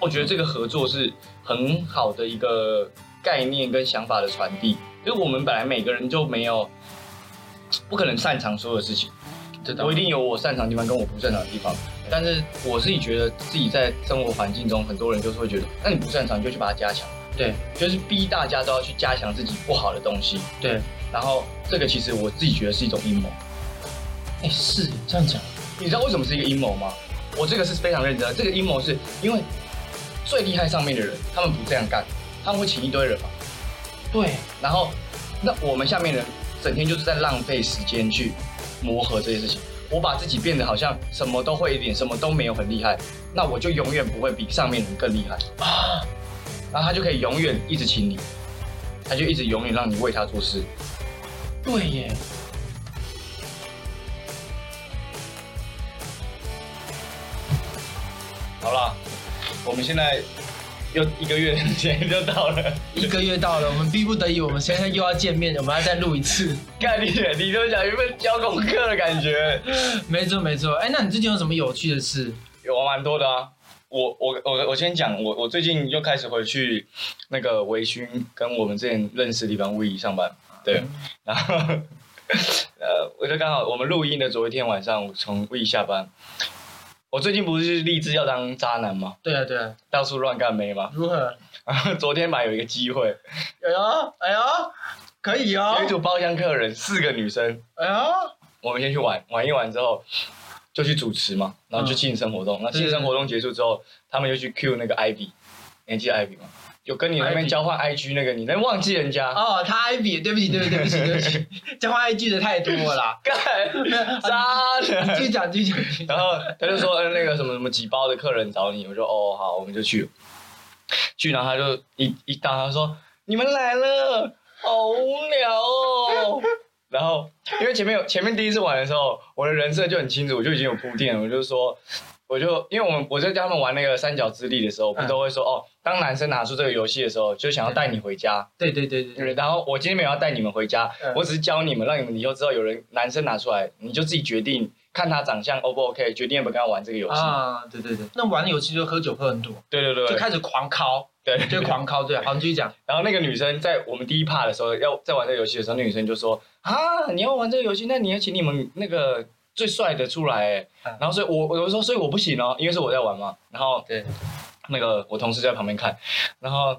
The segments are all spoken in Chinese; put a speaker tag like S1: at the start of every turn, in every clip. S1: 我觉得这个合作是很好的一个概念跟想法的传递。就是我们本来每个人就没有不可能擅长所有事情，
S2: 嗯知道
S1: 我一定有我擅长的地方跟我不擅长的地方。但是我自己觉得自己在生活环境中，很多人就是会觉得，那你不擅长你就去把它加强，
S2: 对
S1: 就是逼大家都要去加强自己不好的东西。
S2: 对，
S1: 然后这个其实我自己觉得是一种阴谋。
S2: 哎、是这样讲，
S1: 你知道为什么是一个阴谋吗？我这个是非常认真的。这个阴谋是因为最厉害上面的人，他们不这样干，他们会请一堆人嘛。
S2: 对
S1: 然后，那我们下面人整天就是在浪费时间去磨合这些事情。我把自己变得好像什么都会一点，什么都没有很厉害，那我就永远不会比上面人更厉害
S2: 啊，
S1: 然后他就可以永远一直请你，他就一直永远让你为他做事。
S2: 对耶，
S1: 好啦，我们现在又一个月的时间就到了。
S2: 一个月到了，我们逼不得已，我们现在又要见面，我们要再录一次。
S1: 干你，你都讲有没有交功课的感觉？
S2: 没错没错，哎、那你最近有什么有趣的事？
S1: 有蛮多的啊。我我我我先讲，我我最近又开始回去那个微醺，跟我们之前认识的地方威仪上班。对，然后 呃，我就刚好我们录音的昨天晚上，我从威仪下班。我最近不是立志要当渣男吗？
S2: 对啊对啊，
S1: 到处乱干妹吗？
S2: 如何？
S1: 然后昨天嘛有一个机会，
S2: 哎呦哎呦，可以哦
S1: 有一组包厢客人，四个女生，
S2: 哎呦，
S1: 我们先去玩，玩一玩之后就去主持嘛，然后就庆生活动。那庆生活动结束之后，他们又去 Q 那个 Ivy，你还记得 Ivy 吗？有跟你那边
S2: Ivy
S1: 交换 IG 那个，你能忘记人家？
S2: 哦，他 I B，对不起对不起对不起对不起，讲话 I G 的太多了啦，
S1: 干 渣
S2: 继
S1: 的。
S2: 续讲继续讲继续
S1: 然
S2: 讲，
S1: 后他就说，呃那个什么什么几包的客人找你，我说哦好，我们就去。去，然后他就一一到，他说你们来了，好无聊哦。 然后因为前面有前面第一次玩的时候，我的人设就很清楚，我就已经有铺垫了，我就说。我就因为我们我在教他们玩那个三角之力的时候，我不都会说、哦，当男生拿出这个游戏的时候，就想要带你回家，
S2: 对对对对对，
S1: 对，然后我今天没有要带你们回家，
S2: 嗯
S1: 我只是教你们，让你们以后知道有人男生拿出来，你就自己决定看他长相 O 不 OK，决定要不要跟他玩这个游戏。
S2: 啊对对对，那玩游戏就喝酒喝很多，
S1: 对对对，
S2: 就开始狂敲。
S1: 对
S2: 就狂敲对，好，你继续讲。
S1: 然后那个女生在我们第一趴的时候，要在玩这个游戏的时候，那女生就说：“啊，你要玩这个游戏，那你要请你们那个最帅的出来。欸
S2: 嗯”
S1: 然后所以我我就说，所以我不行哦，因为是我在玩嘛。然后
S2: 对，
S1: 那个我同事就在旁边看，然后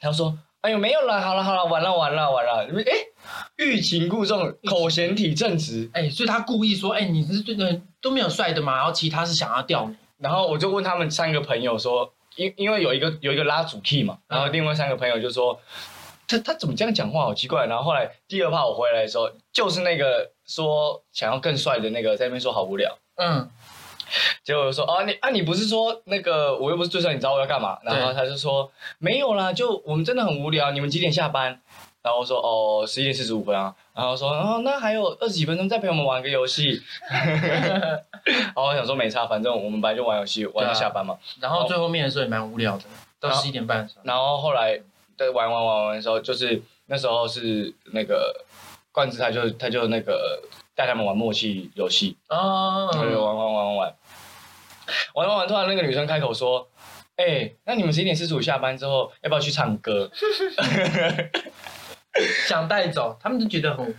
S1: 他说：“哎呦，没有了，好了好了，完了完了完了，哎，欲擒故纵，口嫌体正直。”
S2: 哎、所以他故意说，哎、你是对的都没有帅的嘛，然后其他是想要钓你，
S1: 然后我就问他们三个朋友说，因因为有一个有一个拉主 key 嘛，然后另外三个朋友就说，他他怎么这样讲话，好奇怪。然后后来第二趴我回来的时候，就是那个说想要更帅的那个在那边说好无聊，
S2: 嗯，
S1: 结果我就说啊你啊你不是说那个我又不是最帅，你知道我要干嘛？然后他就说没有啦，就我们真的很无聊，你们几点下班？然后我说哦十一点四十五分啊，然后说哦那还有二十几分钟再陪我们玩个游戏， 然后我想说没差，反正我们本来就玩游戏玩到下班嘛。
S2: 然后最后面的时候也蛮无聊的，到
S1: 然后
S2: 十一点半的时候，
S1: 然后后来在玩玩玩玩的时候，就是那时候是那个冠之，他就他就那个带他们玩默契游戏，
S2: 哦，
S1: 对，玩玩玩玩玩，玩玩玩，突然那个女生开口说：“哎、那你们十一点四十五下班之后要不要去唱歌
S2: 想带走，他们就觉得很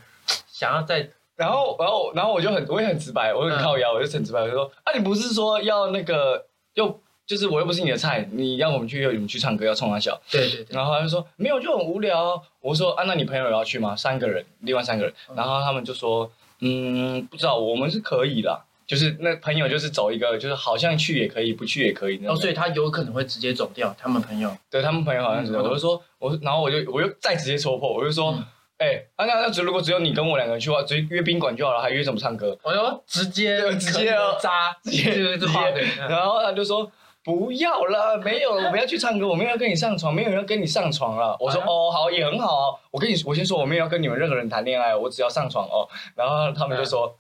S2: 想要再，？”
S1: 然后，然后，然后我就很，我也很直白，我很靠腰，我就很直白，我就说：“啊，你不是说要那个，又就是我又不是你的菜，你让我们去，又你们去唱歌，要冲他笑。”
S2: 对对对，
S1: 然后他就说没有，就很无聊。我说啊，那你朋友也要去吗？三个人，另外三个人。
S2: 嗯
S1: 然后他们就说，嗯，不知道，我们是可以啦。就是那朋友就是走一个，就是好像去也可以，不去也可以那
S2: 哦，
S1: 种。
S2: 所以他有可能会直接走掉，他们朋友，
S1: 对他们朋友好像是，
S2: 嗯
S1: 我就说，我然后我就我就再直接戳破，我就说
S2: 嗯，
S1: 哎，啊那那只如果只有你跟我两个人去的话，直接约宾馆就好了，还约什么唱歌？
S2: 哦哟，直接
S1: 对直接哦
S2: 扎，
S1: 直接
S2: 这个这画面，嗯
S1: 然后他就说。不要了，没有，我们要去唱歌，我没有要跟你上床，没有人要跟你上床 了。我说、
S2: 哎呀
S1: 哦，好，也很好啊。我跟你，我先说，我没有要跟你们任何人谈恋爱，我只要上床哦。然后他们就
S2: 啊
S1: 说，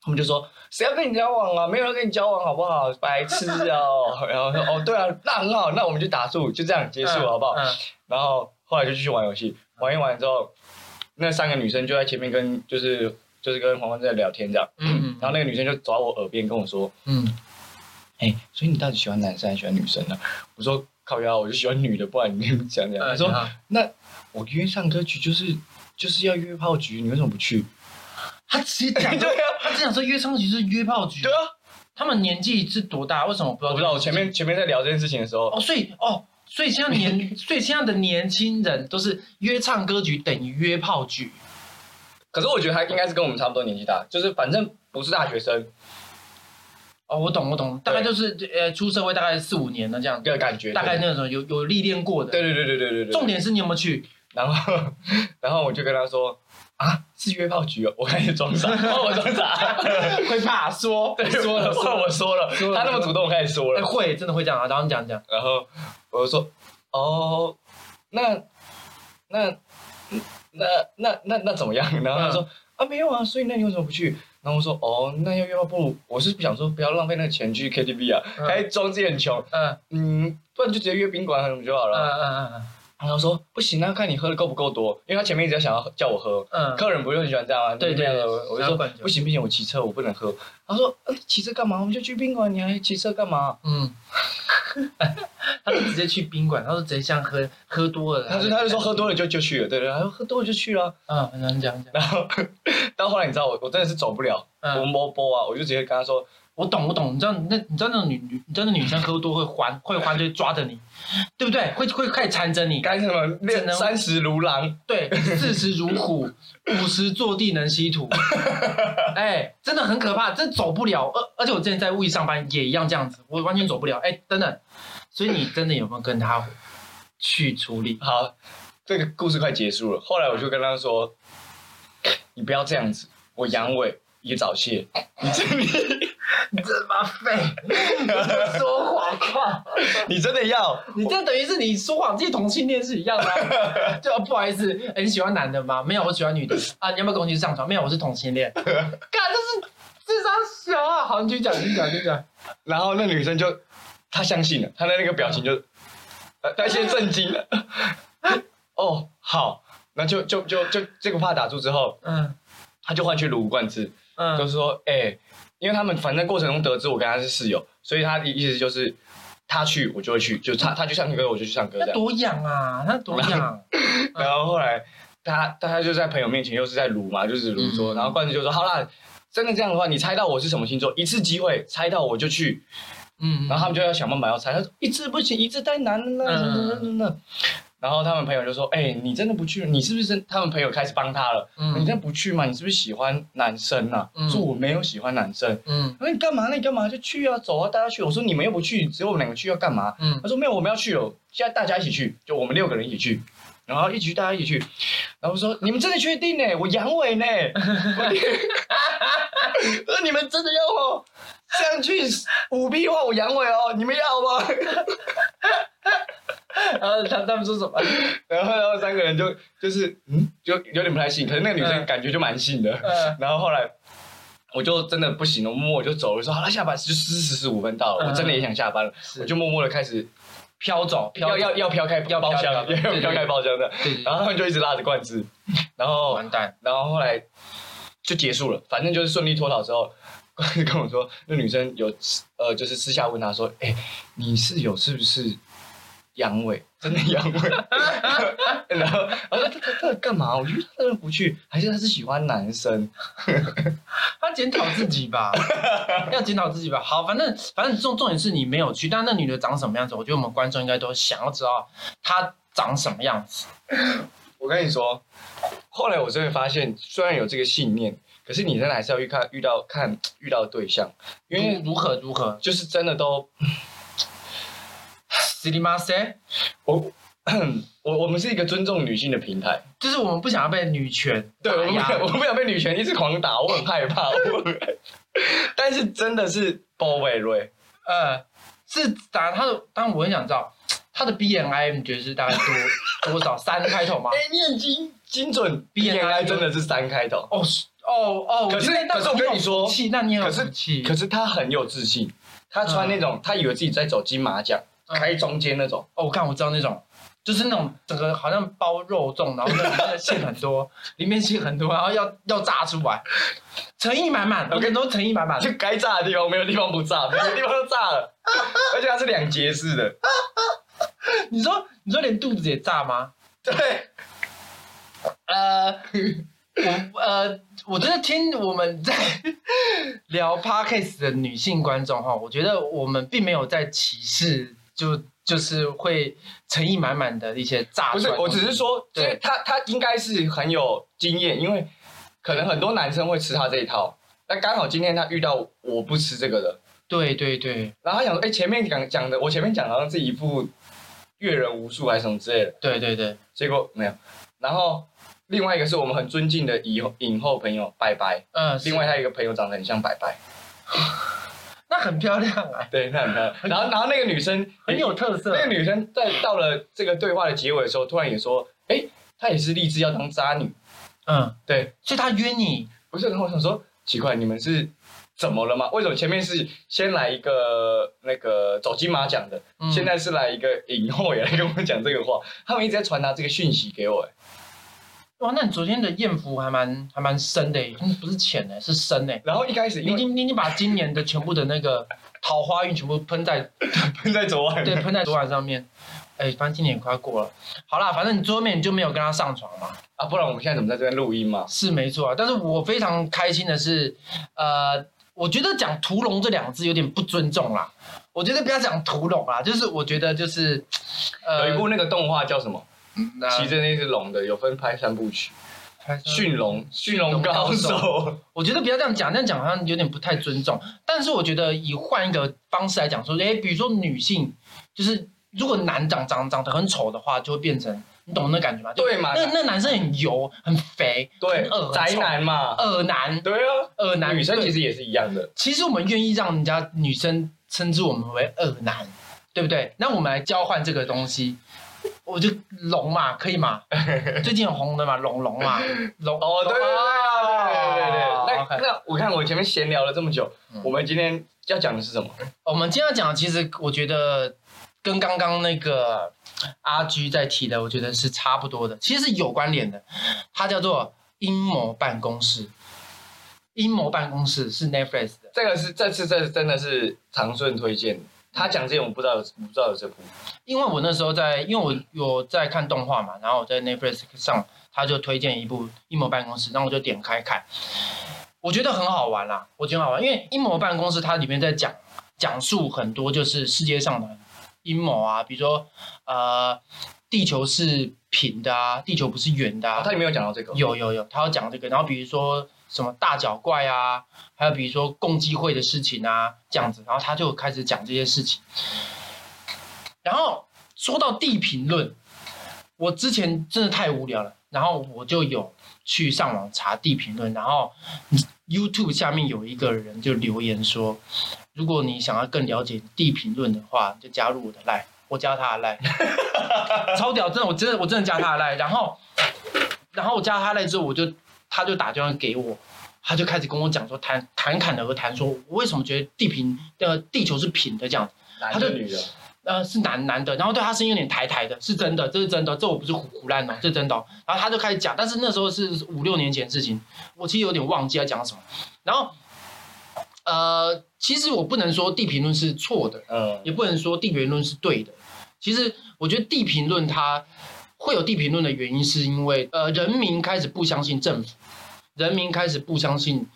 S1: 他们就说，谁要跟你交往啊？没有人要跟你交往，好不好？白痴哦。 然后说，哦，对啊，那很好，那我们就打住，就这样结束，好不好？
S2: 嗯
S1: 然后后来就继续玩游戏，玩一玩之后，那三个女生就在前面跟就是就是跟黄欢在聊天这样，
S2: 嗯嗯
S1: 然后那个女生就走到我耳边跟我说，
S2: 嗯，
S1: 哎、所以你到底喜欢男生还是喜欢女生呢、我说靠呀，我就喜欢女的，不然你讲讲。他
S2: 呃
S1: 说
S2: 然后
S1: 那我约唱歌局就是就是要约炮局，你为什么不去？
S2: 他直接
S1: 对
S2: 讲，
S1: 啊，
S2: 他只想说约唱局是约炮局
S1: 对，啊，
S2: 他们年纪是多大？为什么我不知道？
S1: 我不知道，我前面前面在聊这件事情的时候，
S2: 哦，所以哦，所以现 在年，所以现在的年轻人都是约唱歌局等于约炮局，
S1: 可是我觉得他应该是跟我们差不多年纪大，就是反正不是大学生
S2: 哦，我懂，我懂，大概就是呃出社会大概四五年了这样，
S1: 的感觉，
S2: 大概那种有有历练过的。
S1: 对对对对对对对。
S2: 重点是你有没有去？
S1: 然后然后我就跟他说啊，是约炮局哦，我开始装 傻， 哦，我装傻，
S2: 会怕说，
S1: 对，
S2: 说了说
S1: 我我
S2: 了，
S1: 说了，
S2: 说了
S1: 他那么主动，我开始说
S2: 哎
S1: 了，
S2: 会真的会这样啊！然后 你讲讲，
S1: 然后我就说哦，那那那那那那怎么样？然后他说、
S2: 嗯
S1: 啊没有啊，所以那你为什么不去？然后我说哦，那要约炮不如，我是不想说不要浪费那个钱去 KTV 啊，
S2: 嗯
S1: 还装自己很穷，
S2: 嗯
S1: 嗯，不然就直接约宾馆什么就好
S2: 嗯
S1: 了。
S2: 嗯
S1: 然后他说不行啊，看你喝的够不够多，因为他前面一直想要叫我喝，
S2: 嗯嗯，
S1: 客人不是很喜欢这样吗？
S2: 对对
S1: 那
S2: 对
S1: 个我我就
S2: 想要
S1: 说
S2: 灌酒
S1: 不行不行，我骑车我不能喝。他说呃骑车干嘛？我们就去宾馆，你还骑车干嘛？
S2: 嗯， 他就直接去宾馆，他说直接像喝喝多了，
S1: 他说他就说喝多了就就去了，对对，他说喝多了就去了。
S2: 嗯，嗯，你讲讲，
S1: 然后到后来你知道我我真的是走不了，我
S2: 嗯，
S1: 摸波啊，我就直接跟他说，
S2: 我懂我懂，你知道那你知道那种女女，你知道那女生喝多会欢会欢就会抓着你，对不对？会会开始缠着
S1: 你
S2: 你，
S1: 干什么
S2: 只
S1: 练
S2: 能
S1: 三十如狼？
S2: 对，四十如虎，五十坐地能吸土，哎，真的很可怕，真走不了。而而且我之前在物业上班也一样这样子，我完全走不了。哎，等等，所以你真的有没有跟他去处理？
S1: 好，这个故事快结束了。后来我就跟他说，你不要这样子，我阳痿也早泄，你真的
S2: 你这妈废，你说谎话，
S1: 你真的要
S2: 你这等于是你说谎，自己同性恋是一样的 啊、就不好意思，哎，你喜欢男的吗？没有，我喜欢女的啊。你要不要跟我去上床？没有，我是同 性恋。干，这是智商小啊！好，你去讲，你去讲，你去讲。
S1: 然后那女生就，她相信了，她的那个表情就，呃，她先震惊了。 哦，好，那就就就就这个话打住之后，
S2: 嗯
S1: 她就换去卢武贯之，
S2: 嗯，
S1: 就是说，哎、因为他们反正过程中得知我跟她是室友，所以她的意思就是，她去我就会去，就她她去唱歌我就去唱歌这
S2: 那
S1: 样。
S2: 多痒啊，那多痒。
S1: 然后后来她她就在朋友面前又是在撸嘛，就是撸说，
S2: 嗯
S1: 然后贯之就说，好啦，真的这样的话，你猜到我是什么星座，一次机会猜到我就去。
S2: 嗯，
S1: 然后他们就要想办法要猜，他说一次不行，一次太难了啦，
S2: 嗯
S1: 什么什么什么的。然后他们朋友就说：“哎、你真的不去？你是不是真？”他们朋友开始帮他了。
S2: 嗯
S1: 你真的不去吗？你是不是喜欢男生啊？
S2: 嗯
S1: 说我没有喜欢男生。
S2: 嗯
S1: 他说你干嘛？那你干嘛就去啊，走啊，大家去。我说你们又不去，只有我们两个去要干嘛？
S2: 嗯
S1: 他说没有，我们要去哦，现在大家一起去，就我们六个人一起去，然后一起去，大家一起去。然后我说你们真的确定呢？我阳痿呢？我说你们真的要哦？这样去舞弊的话，我阳痿哦，你们要吗？
S2: 然后他他们说什么？
S1: 然后然后三个人就就是嗯，就有点不太信，可是那个女生
S2: 嗯
S1: 感觉就蛮信的。
S2: 嗯
S1: 然后后来我就真的不行了，默默我就走了，说好了，下班十十十十五分到了，
S2: 嗯
S1: 我真的也想下班了，
S2: 是
S1: 我就默默的开始
S2: 飘走，飘
S1: 要要要飘开
S2: 要
S1: 包厢，
S2: 飘
S1: 要
S2: 飘对对嗯
S1: 飘开包厢的，
S2: 对对
S1: 然后他们就一直拉着罐子，然后
S2: 完蛋。
S1: 然后后来就结束了，反正就是顺利脱逃之后，罐子跟我说，那女生有呃就是私下问他说，哎、你室友是不是阳痿？真的阳痿？ 然后然后他他他干嘛？我觉得他真的不去，还是他是喜欢男生？
S2: 他检讨自己 吧，要检讨自己吧。好，反正反正重重点是你没有去，但那女的长什么样子，我觉得我们观众应该都想要知道她长什么样子。
S1: 我跟你说，后来我真的发现，虽然有这个信念，可是你真的还是要遇看遇到看遇到对象，因为
S2: 如如何如何？
S1: 就是真的都
S2: 斯里马塞，
S1: 我我我们是一个尊重女性的平台，
S2: 就是我们不想要被女权
S1: 对我
S2: 打
S1: 不
S2: 压
S1: 想我不想被女权一直狂打，我很害怕。 我很害怕但是真的是包伟瑞，
S2: 呃，是打他的，当然我很想知道他的 BMI，你觉得是大概 多多少？三开头吗
S1: 哎？，你很精精准
S2: BNI
S1: ，BNI 真的是三开头，
S2: 哦是哦哦，
S1: 可是
S2: 觉得那
S1: 可是我跟你说
S2: 很有福气那你也有
S1: 可是
S2: 福气，
S1: 可是他很有自信，嗯他穿那种他以为自己在走金马奖，
S2: 嗯
S1: 开中间那种，
S2: 哦，我看我知道那种就是那种整个好像包肉粽，然后那里面的馅很 多，里面馅很多，然后要要炸出来，诚意满满，我跟你说诚意 满满。
S1: 就该炸的地方没有地方不炸，每个地方都炸了，而且它是两节式的。
S2: 你说你说连肚子也炸吗？
S1: 对，
S2: 呃，我呃，我觉得听我们在聊 podcast 的女性观众哈，我觉得我们并没有在歧视，就就是会诚意满满的一些炸
S1: 不
S2: 出
S1: 是
S2: 来的，东
S1: 我
S2: 西。
S1: 只是说，
S2: 对
S1: 就是他他应该是很有经验，因为可能很多男生会吃他这一套，但刚好今天他遇到我不吃这个的，
S2: 对对对
S1: 然后他想说，哎、前面讲讲的，我前面讲的好像是一副阅人无数还是什么之类的，
S2: 对对对，
S1: 结果没有。然后另外一个是我们很尊敬的影后影后朋友拜拜，
S2: 嗯、
S1: 另外他有一个朋友长得很像拜拜，
S2: 那很漂亮 啊，
S1: 对，那很漂亮。然后然后那个女生
S2: 很有特色。
S1: 那个女生在到了这个对话的结尾的时候，突然也说：“哎、她也是立志要当渣女。
S2: 嗯，”
S1: 对，
S2: 所以他约你，
S1: 不是。然后我想说，奇怪，你们是怎么了吗？为什么前面是先来一个那个走金马奖的，
S2: 嗯、
S1: 现在是来一个影后也来跟我讲这个话？他们一直在传达这个讯息给我、哎
S2: 哇，那你昨天的艳福还蛮还蛮深的耶，不是浅的，是深的。
S1: 然后一开始
S2: 你
S1: 因
S2: 已
S1: 为
S2: 经你已经把今年的全部的那个桃花运全部喷在
S1: 喷 在昨晚，
S2: 对，喷在昨晚上面。哎、反正今年也快过了，好啦，反正你桌面你就没有跟他上床嘛，
S1: 啊，不然我们现在怎么在这边录音嘛？
S2: 是没错啊。但是我非常开心的是，呃，我觉得讲屠龙这两个字有点不尊重啦。我觉得不要讲屠龙啦，就是我觉得就是，呃，
S1: 有一部那个动画叫什么？
S2: 那
S1: 骑着那只龙的，有分拍三部曲，
S2: 拍摄
S1: 《驯龙驯龙高手》
S2: 我觉得不要这样讲，这样讲好像有点不太尊重。但是我觉得以换一个方式来讲，说，哎，比如说女性，就是如果男长长长得很丑的话，就会变成，你懂那感觉吗？就
S1: 对嘛
S2: 那那男生很油、很肥、
S1: 对
S2: 很恶、
S1: 宅
S2: 很丑、
S1: 男嘛，
S2: 恶男、
S1: 对啊，
S2: 恶男。
S1: 女生其
S2: 实
S1: 实也是一样的。
S2: 其实我们愿意让人家女生称之我们为恶男，对不对？那我们来交换这个东西。我就龙嘛，可以嘛？最近很红的嘛，龙龙嘛，龙
S1: 哦，对对对对对
S2: 哦
S1: 对
S2: OK
S1: 对。那那我看我前面闲聊了这么久
S2: 嗯，
S1: 我们今天要讲的是什么？
S2: 我们今天要讲的，其实我觉得跟刚刚那个阿居在提的，我觉得是差不多的，其实是有关联的。它叫做阴谋办公室，阴谋办公室是 Netflix 的，
S1: 这个是这次这真的是长顺推荐的。他讲这种不知道有不知道有这部，
S2: 因为我那时候在，因为我有在看动画嘛，然后我在 Netflix 上，他就推荐一部《阴谋办公室》，然后我就点开看，我觉得很好玩啦，我觉得很好玩，因为《阴谋办公室》它里面在讲讲述很多就是世界上的阴谋啊，比如说呃，地球是平的啊，地球不是圆的啊，
S1: 啊他有没有讲到这个？
S2: 有有有，他要讲这个，然后比如说什么大脚怪啊，还有比如说共济会的事情啊，这样子，然后他就开始讲这些事情。然后说到地平论，我之前真的太无聊了，然后我就有去上网查地平论，然后 YouTube 下面有一个人就留言说，如果你想要更了解地平论的话，就加入我的 line，我加他的 line，超 屌，真的，我真的我真的加他的 line，然后。然后我加他来之后，我就他就打电话给我，他就开始跟我讲说谈侃侃而谈，说我为什么觉得地平呃地球是平的这样，
S1: 男
S2: 他就
S1: 的女的？
S2: 呃是男男的，然后对他声音有点抬抬的，是真的，这是真的，这我不是胡胡乱的，这是真的哦、然后他就开始讲，但是那时候是五六年前的事情，我其实有点忘记他讲什么。然后呃，其实我不能说地平论是错的，
S1: 嗯，
S2: 也不能说地平论是对的。其实我觉得地平论它会有地平论的原因，是因为呃人民开始不相信政府，人民开始不相信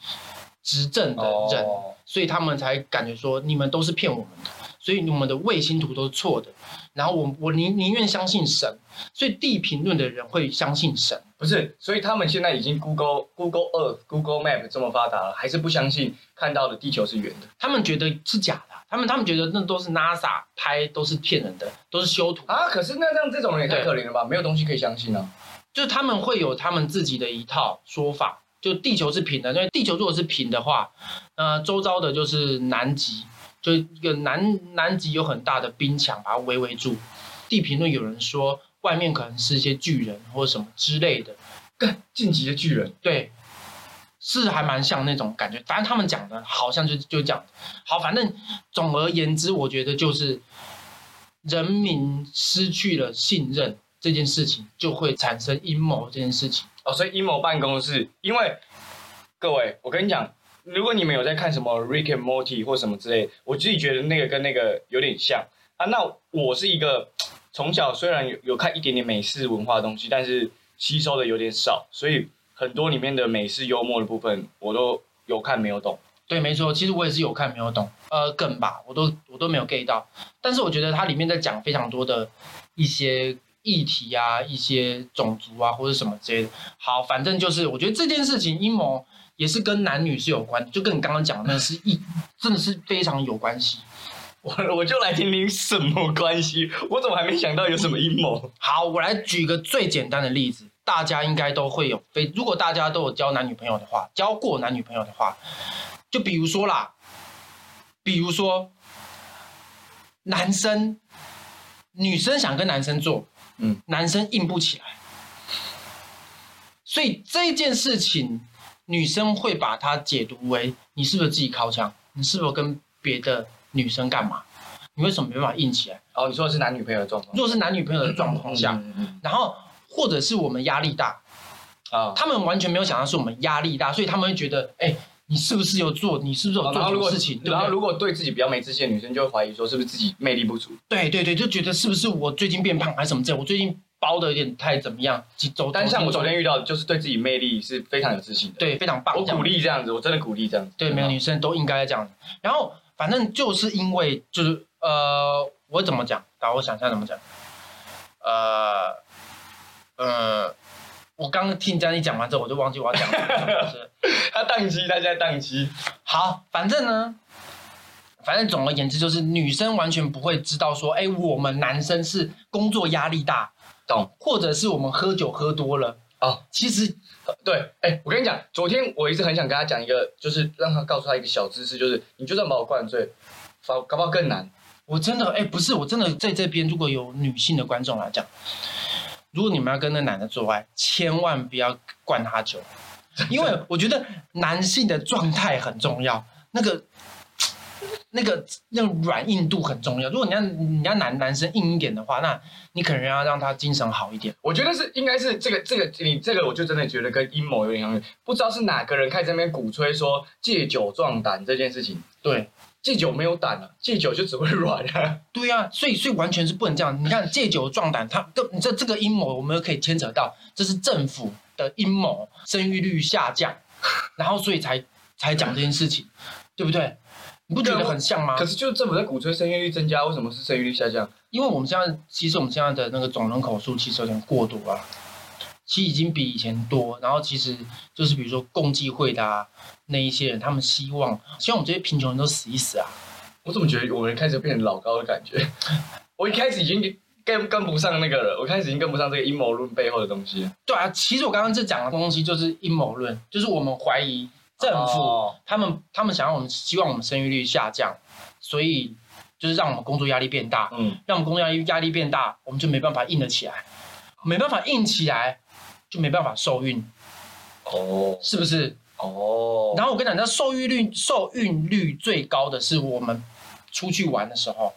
S2: 执政的人，
S1: 哦，
S2: 所以他们才感觉说你们都是骗我们的，所以我们的卫星图都是错的。然后我我宁宁愿相信神，所以地平论的人会相信神。
S1: 不是，所以他们现在已经 Google Google Earth Google Map 这么发达了，还是不相信看到的地球是圆的
S2: 他们觉得是假的啊，他们他们觉得那都是 NASA 拍，都是骗人的，都是修图。
S1: 啊？可是那这样这种人也太可怜了吧？没有东西可以相信啊。
S2: 就他们会有他们自己的一套说法，就地球是平的，因为地球如果是平的话，呃，周遭的就是南极，就一个南南极有很大的冰墙把它围围住。地平论有人说外面可能是一些巨人或什么之类的，
S1: 干晋级的巨人，
S2: 对，是还蛮像那种感觉。反正他们讲的好像就就讲好，反正总而言之，我觉得就是人民失去了信任这件事情，就会产生阴谋这件事情。
S1: 哦，所以阴谋办公室，因为各位，我跟你讲，如果你们有在看什么《Rick and Morty》或什么之类，我自己觉得那个跟那个有点像啊。那我是一个从小虽然有有看一点点美式文化的东西，但是吸收的有点少，所以很多里面的美式幽默的部分我都有看没有懂。
S2: 对，没错，其实我也是有看没有懂，呃，梗吧，我都我都没有 get 到，但是我觉得它里面在讲非常多的一些议题啊，一些种族啊或者什么之类的。好，反正就是我觉得这件事情阴谋也是跟男女是有关的，就跟你刚刚讲的那是一真的是非常有关系。
S1: 我我就来听听什么关系，我怎么还没想到有什么阴谋？
S2: 好，我来举一个最简单的例子，大家应该都会有非，如果大家都有交男女朋友的话，交过男女朋友的话，就比如说啦，比如说男生女生想跟男生做，
S1: 嗯，
S2: 男生硬不起来，所以这件事情女生会把它解读为你是不是自己靠墙，你是不是跟别的女生干嘛？你为什么没办法硬起来？
S1: 哦，你说的是男女朋友的状况
S2: 如果是男女朋友的状况下，
S1: 嗯嗯
S2: 然后或者是我们压力大，
S1: 嗯啊。
S2: 他们完全没有想到是我们压力大，所以他们会觉得，哎、你是不是有做，你是不是有做
S1: 然后
S2: 什
S1: 如
S2: 么
S1: 果
S2: 事情，对
S1: 然
S2: 不
S1: 后
S2: 对？
S1: 如果对自己比较没自信的女生，就会怀疑说是不是自己魅力不足。
S2: 对对对，就觉得是不是我最近变胖还是什么这样，我最近包的有点太怎么样，走走
S1: 但像我昨
S2: 走
S1: 天遇到，的，就是对自己魅力是非常有自信的。，
S2: 对非常棒，
S1: 我
S2: 这样
S1: 鼓励这样子，我真的鼓励这样子。
S2: 对，没有
S1: 嗯
S2: 女生都应该这样子。然后反正就是因为就是呃，我怎么讲？打我想一下怎么讲。呃呃，我刚刚听江一讲完之后，我就忘记我要讲什么了。就是
S1: 他宕机，大家宕机。
S2: 好，反正呢，反正总而言之，就是女生完全不会知道说，哎、我们男生是工作压力大，
S1: 懂，
S2: 或者是我们喝酒喝多了
S1: 哦。
S2: 其实
S1: 对，哎，我跟你讲，昨天我一直很想跟他讲一个，就是让他告诉他一个小知识，就是你就算把我灌醉，搞搞不好更难。
S2: 我真的，哎、不是，我真的在这边，如果有女性的观众来讲，如果你们要跟那男的做爱，千万不要灌他酒， 因为我觉得男性的状态很重要，那个。那个那个软硬度很重要。如果你要你要男男生硬一点的话，那你可能要让他精神好一点。
S1: 我觉得是应该是这个这个你这个，我就真的觉得跟阴谋有点相关。不知道是哪个人开始在那边鼓吹说借酒壮胆这件事情，
S2: 对，
S1: 借酒没有胆啊，借酒就只会软啊。
S2: 对呀、所以所以完全是不能这样。你看借酒壮胆，他这这这个阴谋，我们又可以牵扯到，这是政府的阴谋，生育率下降，然后所以才才讲这件事情，对不对？你不觉得很像吗
S1: 可？是就是政府在鼓吹生育率增加，为什么是生育率下降？
S2: 因为我们现在其实我们现在的那个总人口数其实有点过多了、其实已经比以前多。然后其实就是比如说共济会的啊那一些人，他们希望希望我们这些贫穷人都死一死啊。
S1: 我怎么觉得我们开始变成老高的感觉？ 我一开始已经跟跟不上那个了，我开始已经跟不上这个阴谋论背后的东西了。
S2: 对啊，其实我刚刚这讲的东西就是阴谋论，就是我们怀疑政府、
S1: 哦
S2: 他们他们想要我们希望我们生育率下降，所以就是让我们工作压力变大，
S1: 嗯，
S2: 让我们工作压力压力变大，我们就没办法硬了起来，没办法硬起来就没办法受孕，
S1: 哦
S2: 是不是？
S1: 哦，
S2: 然后我跟你讲，那受孕率受孕率最高的是我们出去玩的时候，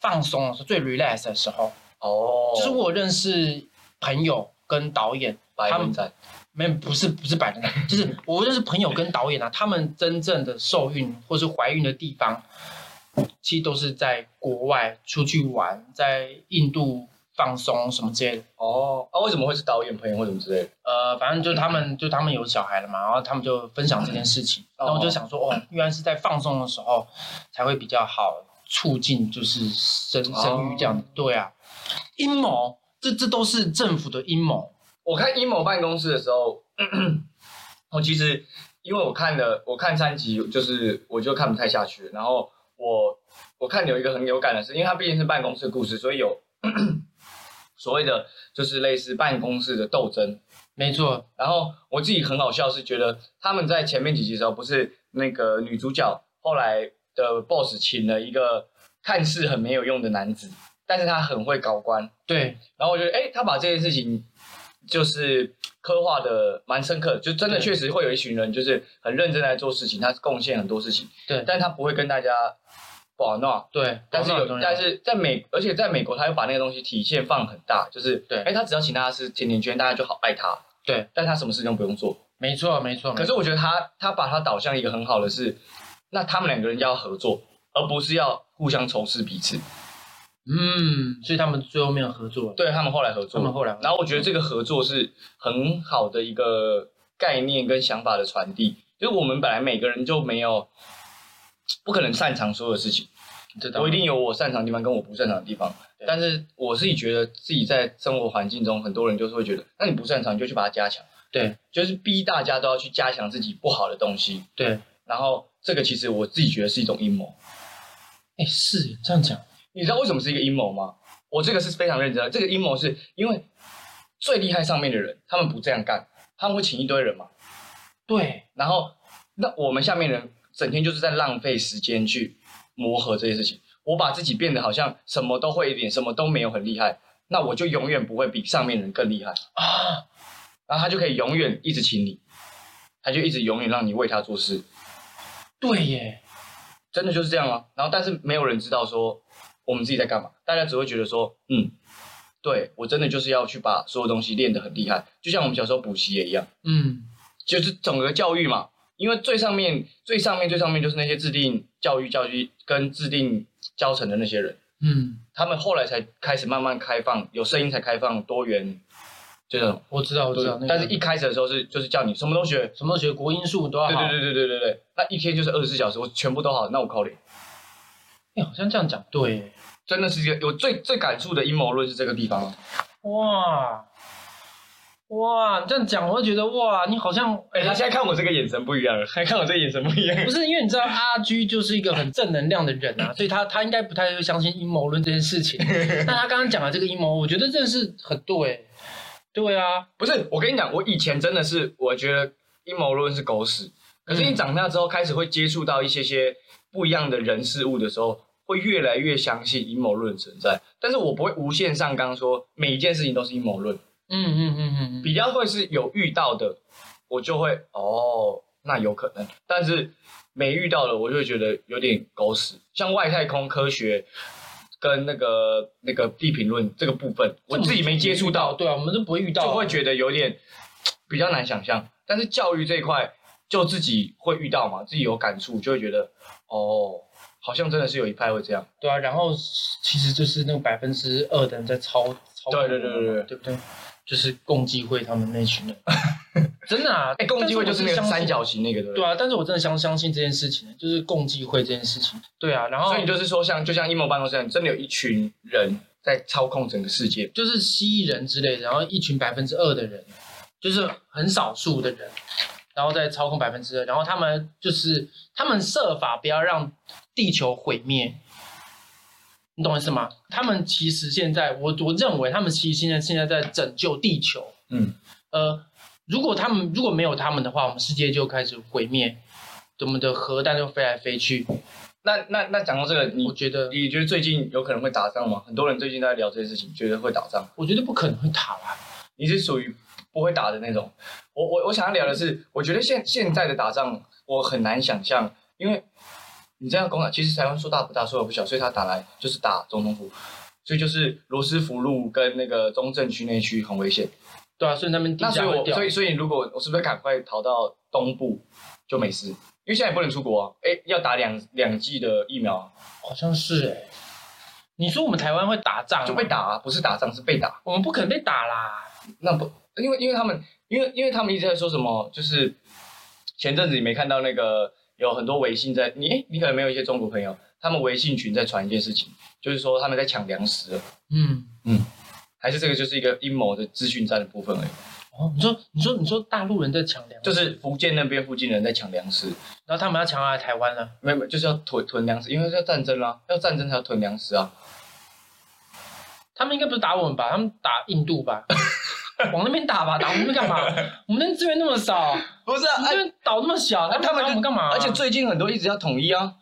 S2: 放松的时候最 relax 的时候，
S1: 哦，
S2: 就是我认识朋友跟导演。
S1: 白
S2: 他
S1: 人
S2: 们
S1: 在
S2: 没有，不是不是百 灵，就是我认识朋友跟导演啊，他们真正的受孕或是怀孕的地方，其实都是在国外出去玩，在印度放松什么之类的。
S1: 哦啊，为什么会是导演朋友或什么之类的？
S2: 呃，反正就他们就他们有小孩了嘛，然后他们就分享这件事情，
S1: 哦
S2: 然后我就想说，哦，原来是在放松的时候才会比较好促进就是生生育这
S1: 哦
S2: 样的，对啊，阴谋，这这都是政府的阴谋，
S1: 我看阴谋办公室的时候， 我其实因为我看了我看三集，就是我就看不太下去。然后我我看有一个很有感的是，因为它毕竟是办公室的故事，所以有 所谓的就是类似办公室的斗争。
S2: 没错，
S1: 然后我自己很好笑是觉得他们在前面几集的时候，不是那个女主角后来的 boss 请了一个看似很没有用的男子，但是他很会搞官，
S2: 对
S1: 然后我觉得，哎，他把这件事情就是刻画的蛮深刻的，就真的
S2: 对
S1: 确实会有一群人就是很认真地来做事情，他贡献很多事情，
S2: 对。
S1: 但他不会跟大家不好弄。
S2: 对，
S1: 但是
S2: 广告很
S1: 有，
S2: 重要
S1: 但是在美，而且在美国，他又把那个东西体现放很大，就是
S2: 对
S1: 哎，他只要请大家吃甜甜圈，大家就好爱他。
S2: 对，嗯
S1: 但他什么事情都不用做。
S2: 没错没错。
S1: 可是我觉得他他把他导向一个很好的是，那他们两个人要合作，而不是要互相仇视彼此。
S2: 嗯，所以他们最后面合作了，
S1: 对他们后来合作，
S2: 他们后来合作
S1: 然后我觉得这个合作是很好的一个概念跟想法的传递，就是我们本来每个人就没有不可能擅长所有事情，
S2: 知道吗
S1: 我一定有我擅长的地方跟我不擅长的地方
S2: 对。
S1: 但是我自己觉得自己在生活环境中，很多人就是会觉得，那你不擅长你就去把它加强，
S2: 对
S1: 就是逼大家都要去加强自己不好的东西。
S2: 对，
S1: 然后这个其实我自己觉得是一种阴谋，
S2: 哎，是这样讲，
S1: 你知道为什么是一个阴谋吗？我这个是非常认真的，这个阴谋是因为最厉害上面的人，他们不这样干，他们会请一堆人嘛，
S2: 对
S1: 然后那我们下面人整天就是在浪费时间去磨合这些事情。我把自己变得好像什么都会一点，什么都没有很厉害，那我就永远不会比上面人更厉害，
S2: 啊，
S1: 然后他就可以永远一直请你，他就一直永远让你为他做事，
S2: 对耶，
S1: 真的就是这样啊。然后但是没有人知道说我们自己在干嘛，大家只会觉得说，嗯，对我真的就是要去把所有东西练得很厉害，就像我们小时候补习也一样，
S2: 嗯，
S1: 就是整个教育嘛。因为最上面、最上面、最上面就是那些制定教育、教育跟制定教程的那些人，
S2: 嗯，
S1: 他们后来才开始慢慢开放，有声音才开放多元，就这种。
S2: 我知道我知道，那个
S1: 但是一开始的时候是就是叫你什么都学，
S2: 什么都学国音数都要
S1: 对
S2: 好，
S1: 对对对对对对，那一天就是二十四小时，我全部都好，那我考虑。
S2: 哎，好像这样讲对耶，
S1: 真的是一个我最最感触的阴谋论是这个地方，
S2: 哇哇，你这样讲我会觉得哇，你好像
S1: 哎、
S2: 哎
S1: 他现在看我这个眼神不一样了，他看我这个眼神不一样
S2: 不
S1: 了。
S2: 是因为你知道阿居就是一个很正能量的人啊，所以他他应该不太会相信阴谋论这件事情。但他刚刚讲的这个阴谋，我觉得真的是很对，对啊，
S1: 不是，我跟你讲，我以前真的是我觉得阴谋论是狗屎，可是你长大之后开始会接触到一些些不一样的人事物的时候，会越来越相信阴谋论存在。但是我不会无限上纲说每一件事情都是阴谋论，
S2: 嗯嗯嗯嗯嗯，
S1: 比较会是有遇到的，我就会哦，那有可能，但是没遇到的，我就会觉得有点狗屎。像外太空科学跟那个那个地平论这个部分，我自己没接触到，
S2: 对啊，我们都不会遇到，
S1: 就会觉得有点比较难想象。但是教育这一块，就自己会遇到嘛，自己有感触，就会觉得哦，好像真的是有一派会这样。
S2: 对啊，然后其实就是那个百分之二的人在操操，
S1: 对对对对对
S2: 对不对？就是共济会他们那 群人，真的啊，
S1: 哎，共济会就是那个
S2: 但
S1: 三
S2: 我相信
S1: 角形那个，对不
S2: 对
S1: 对？
S2: 啊，但是我真的相相信这件事情，就是共济会这件事情，对啊，然后
S1: 所以你就是说像，就像阴谋办公室一样，真的有一群人在操控整个世界。
S2: 就是蜥蜴人之类的，然后一群百分之二的人，就是很少数的人，然后再操控百分之二，然后他们就是他们设法不要让地球毁灭，你懂我意思吗？他们其实现在，我我认为他们其实现在现在在拯救地球，
S1: 嗯，
S2: 呃，如果他们如果没有他们的话，我们世界就开始毁灭，我们的核弹就飞来飞去，
S1: 那那那讲到这个，你
S2: 我觉得
S1: 你觉得最近有可能会打仗吗？很多人最近都在聊这件事情，觉得会打仗。
S2: 我觉得不可能会打吧。
S1: 你是属于不会打的那种。我我我想要聊的是，我觉得现现在的打仗我很难想象，因为你这样攻打，其实台湾说大不大，说小不小，所以他打来就是打总统府，所以就是罗斯福路跟那个中正区那区很危险。
S2: 对啊，所以那边地
S1: 那所
S2: 价
S1: 以
S2: 会
S1: 我
S2: 掉
S1: 所。以所以如果我是不是赶快逃到东部就没事？因为现在也不能出国啊，哎，要打两两剂的疫苗啊、
S2: 好像是哎、你说我们台湾会打仗吗，
S1: 就被打、啊，不是打仗是被打。
S2: 我们不可能被打啦。
S1: 那不，因为因为他们，因为因为他们一直在说什么，就是前阵子你没看到那个有很多微信在你，诶你可能没有一些中国朋友，他们微信群在传一件事情，就是说他们在抢粮食了，
S2: 嗯，
S1: 还是这个就是一个阴谋的资讯战的部分而已，
S2: 哦，你说你说你说大陆人在抢粮，
S1: 就是福建那边附近人在抢粮食，
S2: 然后他们要抢来台湾了，
S1: 没有没有，就是要囤囤粮食，因为要战争啦、要战争才要囤粮食啊，
S2: 他们应该不是打我们吧？他们打印度 吧？往那边打吧，打我们那边干嘛？我们那边资源那么少，我
S1: 不是啊
S2: 们这边岛那么小，
S1: 那
S2: 他们打
S1: 哎他们
S2: 我们干嘛、啊
S1: 而且最近很多一直要统一啊，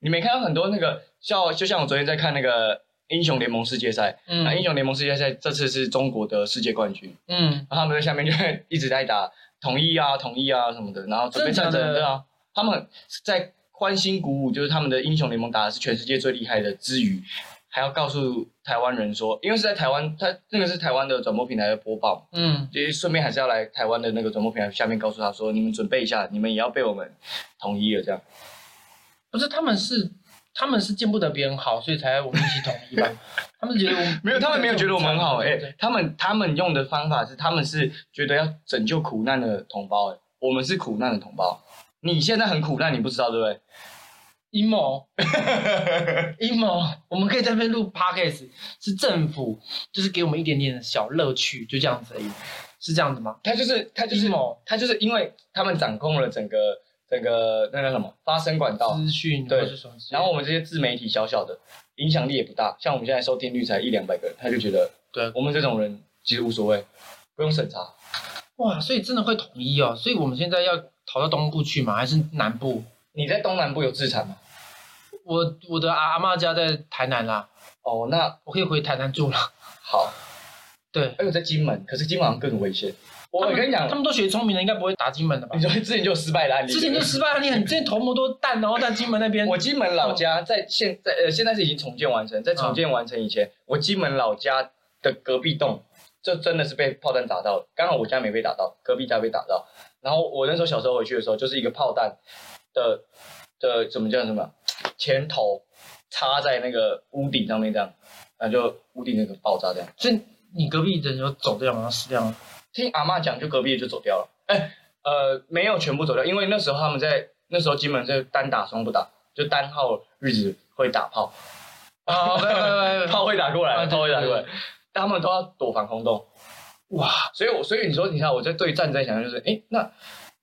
S1: 你没看到很多那个像就像我昨天在看那个英雄联盟世界赛。那英
S2: 嗯
S1: 雄联盟世界赛这次是中国的世界冠军，
S2: 嗯，
S1: 然后他们在下面就 会一直在打统一啊、统一啊什么的，然后准备战争
S2: 真的假的
S1: 对啊，他们在欢欣鼓舞，就是他们的英雄联盟打的是全世界最厉害的之余，还要告诉台湾人说，因为是在台湾，他那个是台湾的转播平台的播报嘛，
S2: 嗯，
S1: 就是顺便还是要来台湾的那个转播平台下面告诉他说，你们准备一下，你们也要被我们统一了这样。
S2: 不是他们是他们是见不得别人好，所以才我们一起统 一吧？他们觉得我们
S1: 没有，他们没有觉得我们很好哎、
S2: 对
S1: 他们他们用的方法是，他们是觉得要拯救苦难的同胞、哎，我们是苦难的同胞。你现在很苦难，你不知道对不对？
S2: 阴 谋阴谋，我们可以在那边录 podcast，是政府就是给我们一点点的小乐趣，就这样子而已，是这样子吗？
S1: 他就是他就是
S2: 阴谋
S1: 他就是因为他们掌控了整个整个那个什么发声管道，
S2: 资讯
S1: 哦对
S2: 或是什么之类的？
S1: 然后我们这些自媒体小小的影响力也不大，像我们现在收听率才一两百个人，他就觉得
S2: 对
S1: 我们这种人其实无所谓，不用审查。
S2: 哇，所以真的会统一哦，所以我们现在要逃到东部去吗？还是南部？
S1: 你在东南部有自产吗？
S2: 我我的阿阿妈家在台南啦，
S1: 哦，那
S2: 我可以回台南住了。
S1: 好，
S2: 对，
S1: 哎，我在金门，可是金门好像更危险。我跟你讲
S2: 他，们都学聪明了，应该不会打金门的 吧
S1: 你？说之前就有失败的案例，
S2: 之前就失败嗯了，你很之前投那么多蛋，然后在金门那边，
S1: 我金门老家在现在呃现在是已经重建完成，在
S2: 嗯
S1: 重建完成以前，我金门老家的隔壁栋就真的是被炮弹打到了，刚好我家没被打到，隔壁家被打到。然后我那时候小时候回去的时候，就是一个炮弹的的怎么叫什么前头插在那个屋顶上面这样，然后就屋顶那个爆炸这样。
S2: 所以你隔壁的人有走掉吗？死 掉吗？
S1: 听阿嬷讲，就隔壁就走掉了。哎，呃，没有全部走掉，因为那时候他们在那时候金门是单打双不打，就单号日子会打炮。哦
S2: 啊，拜拜拜拜！
S1: 炮会打过来，
S2: 啊对
S1: 炮会打过
S2: 对
S1: 来，但他们都要躲防空洞。
S2: 哇，
S1: 所以我，所以你说，你看我在对战争想象就是，诶，那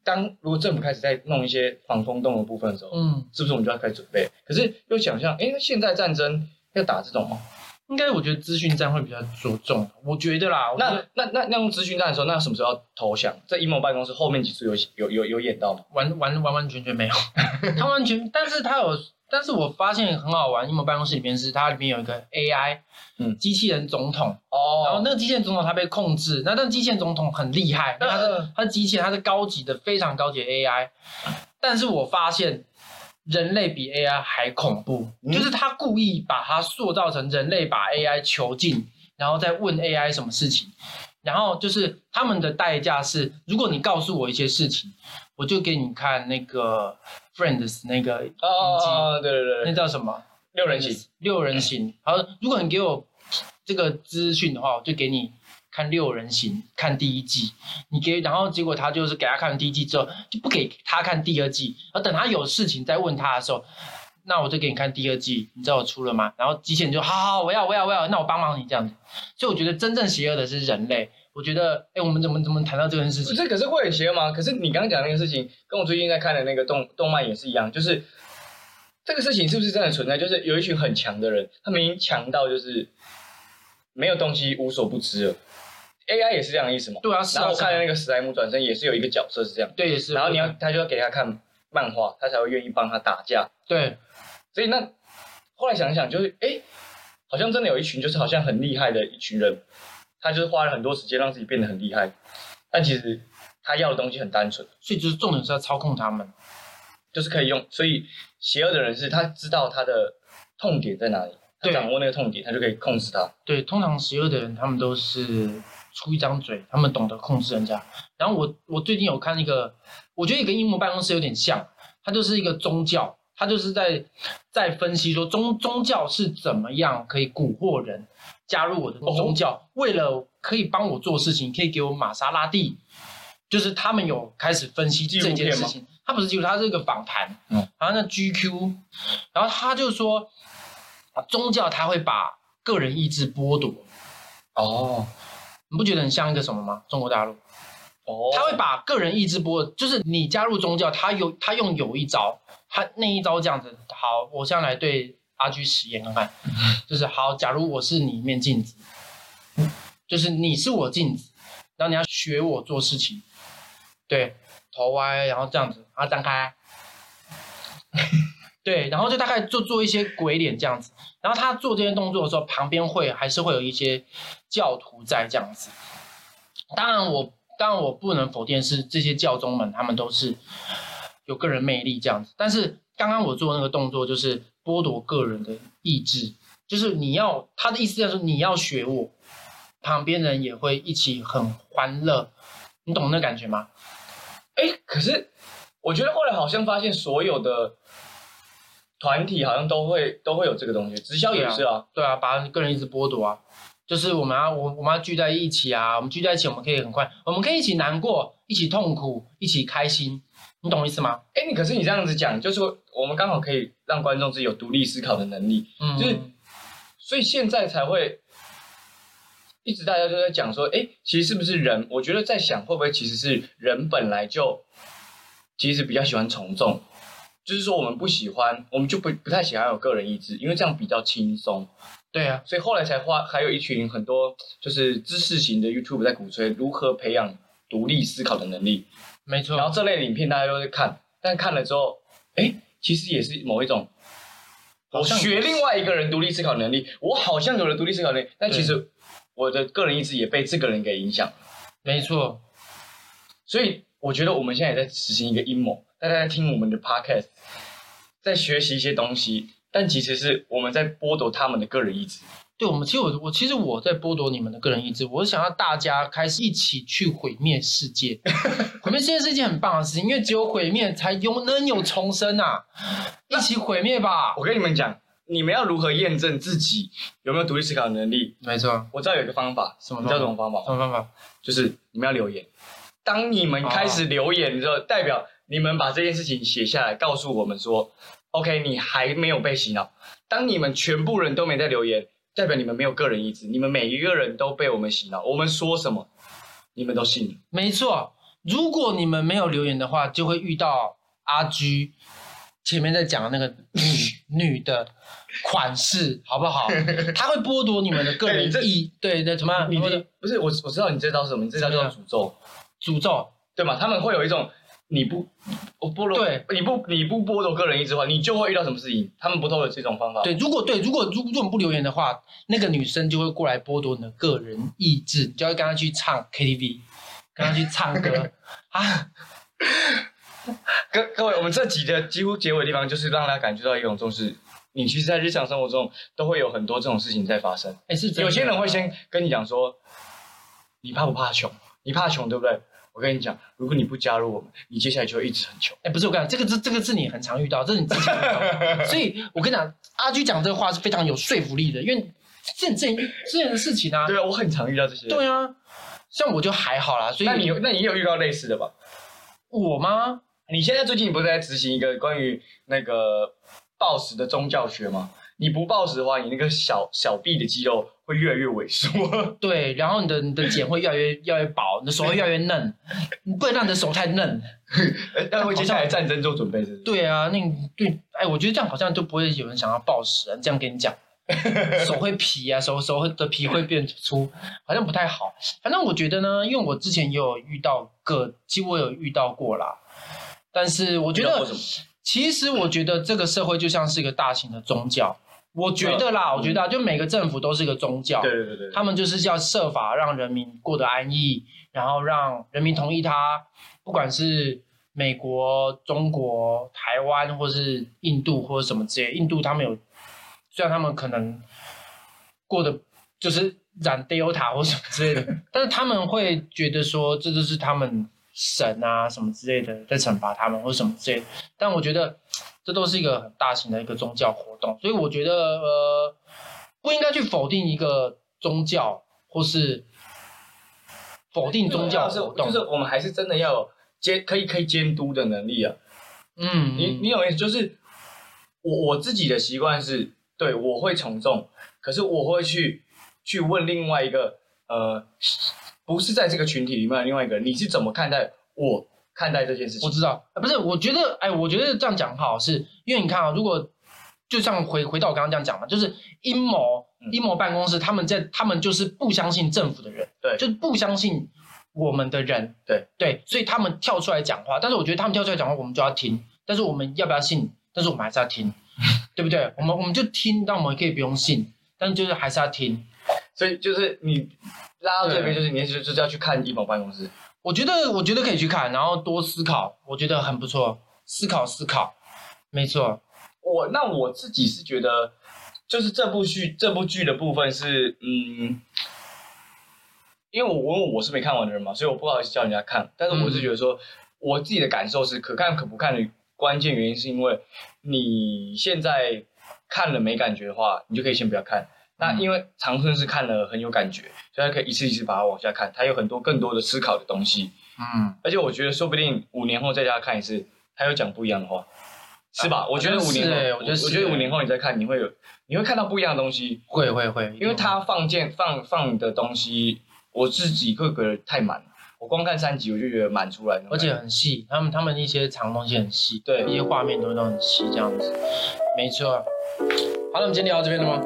S1: 当如果政府开始在弄一些防空洞的部分的时候，
S2: 嗯，
S1: 是不是我们就要开始准备？可是又想象，诶，哎那现在战争要打这种吗？
S2: 应该我觉得资讯站会比较着重，我觉得啦，我觉
S1: 那
S2: 得
S1: 那那那用资讯战的时候，那什么时候要投降？在阴谋办公室后面几处有有有有演到吗？
S2: 完完完完全 全没有，他完全，但是他有，但是我发现很好玩，因为办公室里面是它里面有一个 AI，
S1: 嗯
S2: 机器人总统，
S1: 哦，
S2: 然后那个机器人总统他被控制，那但机器人总统很厉害，因为他是
S1: 嗯
S2: 他是机器人，他是高级的，非常高级的 AI。但是我发现人类比 AI 还恐怖，
S1: 嗯
S2: 就是他故意把它塑造成人类把 AI 囚禁，然后再问 AI 什么事情，然后就是他们的代价是，如果你告诉我一些事情，我就给你看那个 Friends 那个
S1: 哦哦，哦对对对
S2: 那
S1: 对，
S2: 叫什么
S1: 六人行，
S2: 六人行。好，如果你给我这个资讯的话，我就给你看六人行，看第一季。你给，然后结果他就是给他看第一季之后，就不给他看第二季，然后等他有事情再问他的时候。那我就给你看第二季，你知道我出了吗？然后机器人就好好，我要我要我要，那我帮忙你这样子。所以我觉得真正邪恶的是人类。我觉得，哎，我们怎么怎么谈到这件事情？
S1: 这可是会很邪吗？可是你刚刚讲那个事情，跟我最近在看的那个动动漫也是一样，就是这个事情是不是真的存在？就是有一群很强的人，他们已经强到就是没有东西无所不知了。AI 也是这样的意思嘛？
S2: 对啊，是
S1: 然后
S2: 啊，
S1: 我
S2: 是
S1: 看
S2: 啊
S1: 那个史莱姆转身也是有一个角色是这啊样，
S2: 对也是。
S1: 然后你要他就要给他看漫画，他才会愿意帮他打架。
S2: 对，
S1: 所以那后来想一想，就是哎，好像真的有一群就是好像很厉害的一群人，他就是花了很多时间让自己变得很厉害，但其实他要的东西很单纯。
S2: 所以就是重点是要操控他们。
S1: 就是可以用。所以邪恶的人是他知道他的痛点在哪里，他
S2: 对
S1: 掌握那个痛点，他就可以控制它。
S2: 对，通常邪恶的人，他们都是出一张嘴，他们懂得控制人家。然后我我最近有看一个，我觉得也跟英模办公室有点像，它就是一个宗教，它就是在在分析说宗宗教是怎么样可以蛊惑人加入我的宗教，为了可以帮我做事情，可以给我玛莎拉蒂。就是他们有开始分析
S1: 纪录
S2: 这件
S1: 片
S2: 事
S1: 吗
S2: 情，他不是记录，他是一个访谈，
S1: 嗯，
S2: 然后那 GQ，然后他就说，啊宗教他会把个人意志剥夺，
S1: 哦
S2: 你不觉得很像一个什么吗？中国大陆，
S1: 哦，
S2: 他会把个人意志剥，就是你加入宗教，他有他用有一招，他那一招这样子。好，我现在来对阿居实验看看，就是好，假如我是你一面镜子，就是你是我镜子，然后你要学我做事情，对，头歪，然后这样子，然后张开。 对，然后就大概就做一些鬼脸这样子，然后他做这些动作的时候，旁边会还是会有一些教徒在这样子，当然我当然我不能否定是这些教宗们他们都是有个人魅力这样子，但是刚刚我做的那个动作就是剥夺个人的意志，就是你要他的意思就是你要学我，旁边人也会一起很欢乐，你懂那感觉吗？
S1: 哎、可是我觉得后来好像发现所有的团体好像都会都会有这个东西，直销也是啊，
S2: 对啊，把个人意志剥夺啊，就是我们要我我们要聚在一起啊，我们聚在一起我们可以很快，我们可以一起难过，一起痛苦，一起开心，你懂我意思吗？
S1: 哎、你可是你这样子讲，就是说我们刚好可以让观众是有独立思考的能力，
S2: 嗯，
S1: 就是所以现在才会一直大家都在讲说，哎、其实是不是人？我觉得在想会不会其实是人本来就其实比较喜欢从众，就是说我们不喜欢，我们就不不太喜欢有个人意志，因为这样比较轻松。
S2: 对啊，
S1: 所以后来才花还有一群很多就是知识型的 YouTube 在鼓吹如何培养独立思考的能力，
S2: 没错
S1: 然，后这类的影片大家都会看，但看了之后，哎，其实也是某一种，我
S2: 好像
S1: 学另外一个人独立思考能力，我好像有了独立思考能力，但
S2: 对
S1: 其实我的个人意志也被这个人给影响，
S2: 没错，
S1: 所以我觉得我们现在也在实行一个阴谋，大家在听我们的 Podcast，在学习一些东西，但其实是我们在剥夺他们的个人意志。
S2: 对我们，其实我我其实我在剥夺你们的个人意志，我是想要大家开始一起去毁灭世 界。毁灭世界是一件很棒的事情，因为只有毁灭才有能有重生啊！一起毁灭吧。
S1: 我跟你们讲，你们要如何验证自己有没有独立思考的能力？
S2: 没错，
S1: 我知道有一个方法，
S2: 什么
S1: 你知道什么方
S2: 方
S1: 法吗
S2: 什？么方法？
S1: 就是你们要留言。当你们开始留言之后，代表你们把这件事情写下来，告诉我们说，OK，你还没有被洗脑。当你们全部人都没在留言，代表你们没有个人意志，你们每一个人都被我们洗脑。我们说什么，你们都信了。
S2: 没错，如果你们没有留言的话，就会遇到阿居前面在讲的那个 女女的款式，好不 好？她会剥夺你们的个
S1: 哎
S2: 人
S1: 你这
S2: 意，对对，怎么样？
S1: 你
S2: 或者
S1: 的不是我，我知道你这招是什么，你这招叫
S2: 什
S1: 做诅咒，
S2: 诅咒？
S1: 对吗？他们会有一种你不我剥夺，
S2: 对，
S1: 你不你不剥夺个人意志的话，你就会遇到什么事情。他们不都有这种方法？
S2: 对，如果对，如果如果如果你不留言的话，那个女生就会过来剥夺你的个人意志，你就要跟她去唱 KTV，跟她去唱歌啊，
S1: 各各位，我们这集的几乎结尾的地方，就是让大家感觉到一种重视。你其实，在日常生活中都会有很多这种事情在发生。
S2: 哎、是真的
S1: 有些人会先跟你讲说，你怕不怕穷？你怕穷对不对？我跟你讲，如果你不加入我们，你接下来就会一直很穷。
S2: 哎、不是我跟你讲，这个这这个是你很常遇到，这是你之前遇 到，所以我跟你讲，阿居讲这个话是非常有说服力的，因为这很这这件的事情啊，
S1: 对啊，我很常遇到这些。，
S2: 对啊，像我就还好啦，所以
S1: 那你有那你也有遇到类似的吧？
S2: 我吗？
S1: 你现在最近不是在执行一个关于那个暴食的宗教学吗？你不暴食的话，你那个小小臂的肌肉会越来越萎缩。
S2: 对，然后你的你的茧会越来越越来越薄，你的手会越来越嫩，你不能让你的手太嫩。
S1: 要呃为接下来战争做准备，是不是？
S2: 对啊，那你对，哎，我觉得这样好像就不会有人想要暴食啊。这样跟 你讲，手会皮啊，手手的皮会变粗，好像不太好。反正我觉得呢，因为我之前也有遇到个，其实我有遇到过啦。但是我觉
S1: 遇到过
S2: 得
S1: 什么，
S2: 其实我觉得这个社会就像是一个大型的宗教。我觉得啦，
S1: 嗯
S2: 我觉得啊就每个政府都是一个宗教，
S1: 对对对对。
S2: 他们就是要设法让人民过得安逸，然后让人民同意他，不管是美国、中国、台湾，或是印度或者什么之类。印度他们有，虽然他们可能过得就是染 Delta 或什么 之类的，但是他们会觉得说这就是他们神啊什么之类的在惩罚他们或什么之类的。但我觉得这都是一个很大型的一个宗教活动，所以我觉得呃不应该去否定一个宗教或是否定宗教
S1: 是
S2: 活动。
S1: 啊就是我们还是真的要有监可以可以监督的能力啊。
S2: 嗯，
S1: 你你有意思，就是我我自己的习惯是，对我会从众，可是我会去去问另外一个呃，不是在这个群体里面的另外一个人，你是怎么看待我看待这件事
S2: 我
S1: 情？
S2: 知道，呃不是，我觉得，哎，我觉得这样讲好，是因为你看啊，如果就像回回到我刚刚这样讲嘛，就是阴谋
S1: 嗯
S2: 阴谋办公室，他们在他们就是不相信政府的人，
S1: 对
S2: 就是不相信我们的人，
S1: 对
S2: 对，所以他们跳出来讲话，但是我觉得他们跳出来讲话，我们就要听，但是我们要不要信？但是我们还是要听， 对不对？我们我们就听，但我们可以不用信，但是就是还是要听。
S1: 所以就是你拉到这边，
S2: 对
S1: 就是你就就是要去看一谋办公室。
S2: 我觉得，我觉得可以去看，然后多思考，我觉得很不错，思考思考。没错，
S1: 我那我自己是觉得，就是这部剧这部剧的部分是，嗯，因为我因为我是没看完的人嘛，所以我不好意思叫人家看。但是我是觉得说，我自己的感受是，可看可不看的关键原因是因为你现在看了没感觉的话，你就可以先不要看。那
S2: 嗯
S1: 因为长春是看了很有感觉，所以他可以一次一次把它往下看，他有很多更多的思考的东西。
S2: 嗯，
S1: 而且我觉得说不定五年后在家看一次，他又讲不一样的话，是吧？
S2: 啊
S1: 我觉得
S2: 好像
S1: 五年后，
S2: 是欸
S1: 我
S2: 我觉得是
S1: 我觉得
S2: 欸
S1: 五年后你再看，你会有你会看到不一样的东西，
S2: 会会会，
S1: 因为他放件放放的东西，我自己会觉得太满了。我光看三集我就觉得满出来那种
S2: 而
S1: 感觉，
S2: 且很细，他们他们一些藏东西很细，
S1: 对
S2: 一些画面都都很细，这样子，没错。好了，我们今天聊到这边了吗？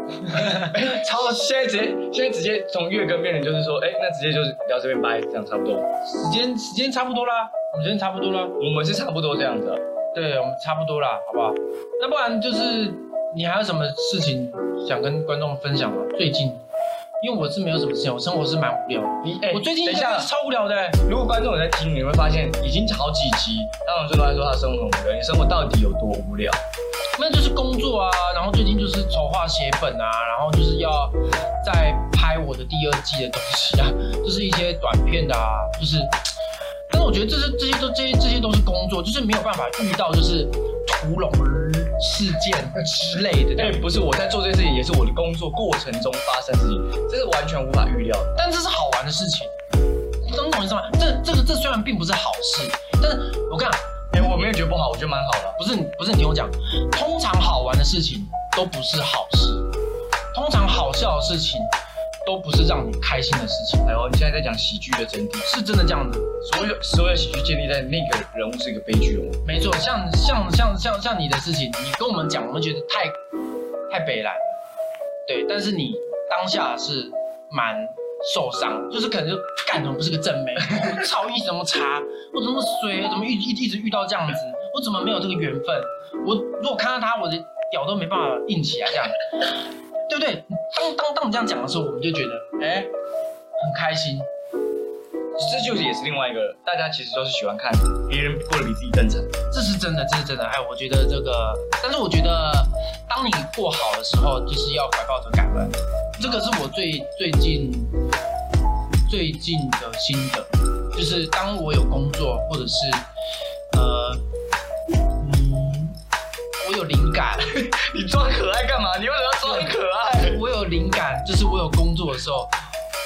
S1: 超现在直接现在直接从月更变成就是说，哎，那直接就是聊这边掰，这样差不多。
S2: 时间时间差不多啦，我们时间差不多啦，
S1: 我们是差不多这样子啊，
S2: 对，我们差不多啦，好不好？那不然就是你还有什么事情想跟观众分享吗？最近，因为我是没有什么事情，我生活是蛮无聊的。
S1: 你哎，
S2: 我最近
S1: 等一
S2: 真
S1: 下
S2: 的是，超无聊的、欸，
S1: 如果观众有在听，你会发现已经好几集，当然最多在说他生活很无聊，你生活到底有多无聊？
S2: 那就是工作啊，然后最近就是筹划写本啊，然后就是要再拍我的第二季的东西啊， 就是一些短片的啊，就是，但是我觉得这是这些都这些这些都是工作，就是没有办法遇到就是屠龙事件之类的这
S1: 哎、
S2: 样，
S1: 不是我在做这件事情，也是我的工作过程中发生的事情，这是完全无法预料的。
S2: 但这是好玩的事情，你懂我意思吗？这这个这虽然并不是好事，但是我跟你讲，
S1: 哎、我没有觉得不好，我觉得蛮好的。
S2: 不是你不是你听我讲，通常好玩的事情都不是好事，通常好笑的事情都不是让你开心的事情，
S1: 哎呦，你现在在讲喜剧的真谛，
S2: 是真的这样子。
S1: 所有所有喜剧建立在那个人物是一个悲剧人物。
S2: 没错，像像像像像你的事情，你跟我们讲，我们觉得太太北蓝，对，但是你当下是蛮受伤，就是可能就干怎么不是个正妹，我操，一直怎么差，我怎么那么衰，我怎么一一一直遇到这样子，我怎么没有这个缘分？我如果看到他，我的屌都没办法硬起来这样， 对不对？当当当你这样讲的时候，我们就觉得哎、很开心，
S1: 这就是也是另外一个，大家其实都是喜欢看别人过得比自己更惨。
S2: 这是真的，这是真的。哎，我觉得这个，但是我觉得，当你过好的时候，就是要怀抱着感恩。这个是我最最近最近的心得，就是当我有工作，或者是呃，嗯，我有灵感，
S1: 你装可爱干嘛？你为什么要装可爱？
S2: 我有灵感，就是我有工作的时候，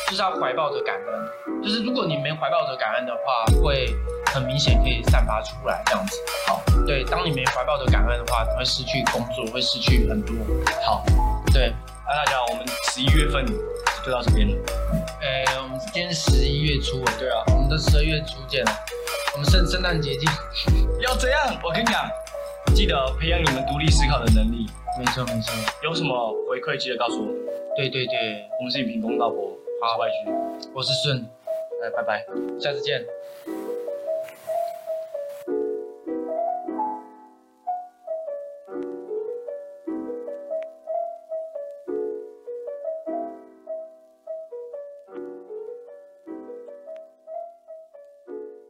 S2: 就是要怀抱着感恩。就是如果你没怀抱着感恩的话，会很明显可以散发出来这样子。好，对，当你没怀抱着感恩的话，你会失去工作，会失去很多。
S1: 好，
S2: 对，
S1: 那啊大家我们十一月份就到这边了。
S2: 呃，我们今天十一月初了，
S1: 对啊，
S2: 我们都十二月初见了，我们圣圣诞节见。
S1: 要这样，我跟你讲，记得哦培养你们独立思考的能力。
S2: 没错没错，
S1: 有什么回馈记得告诉我们，
S2: 对对对，
S1: 我们是以平公道博，我是外区。
S2: 我是顺，哎
S1: 来，拜拜。
S2: 下次见。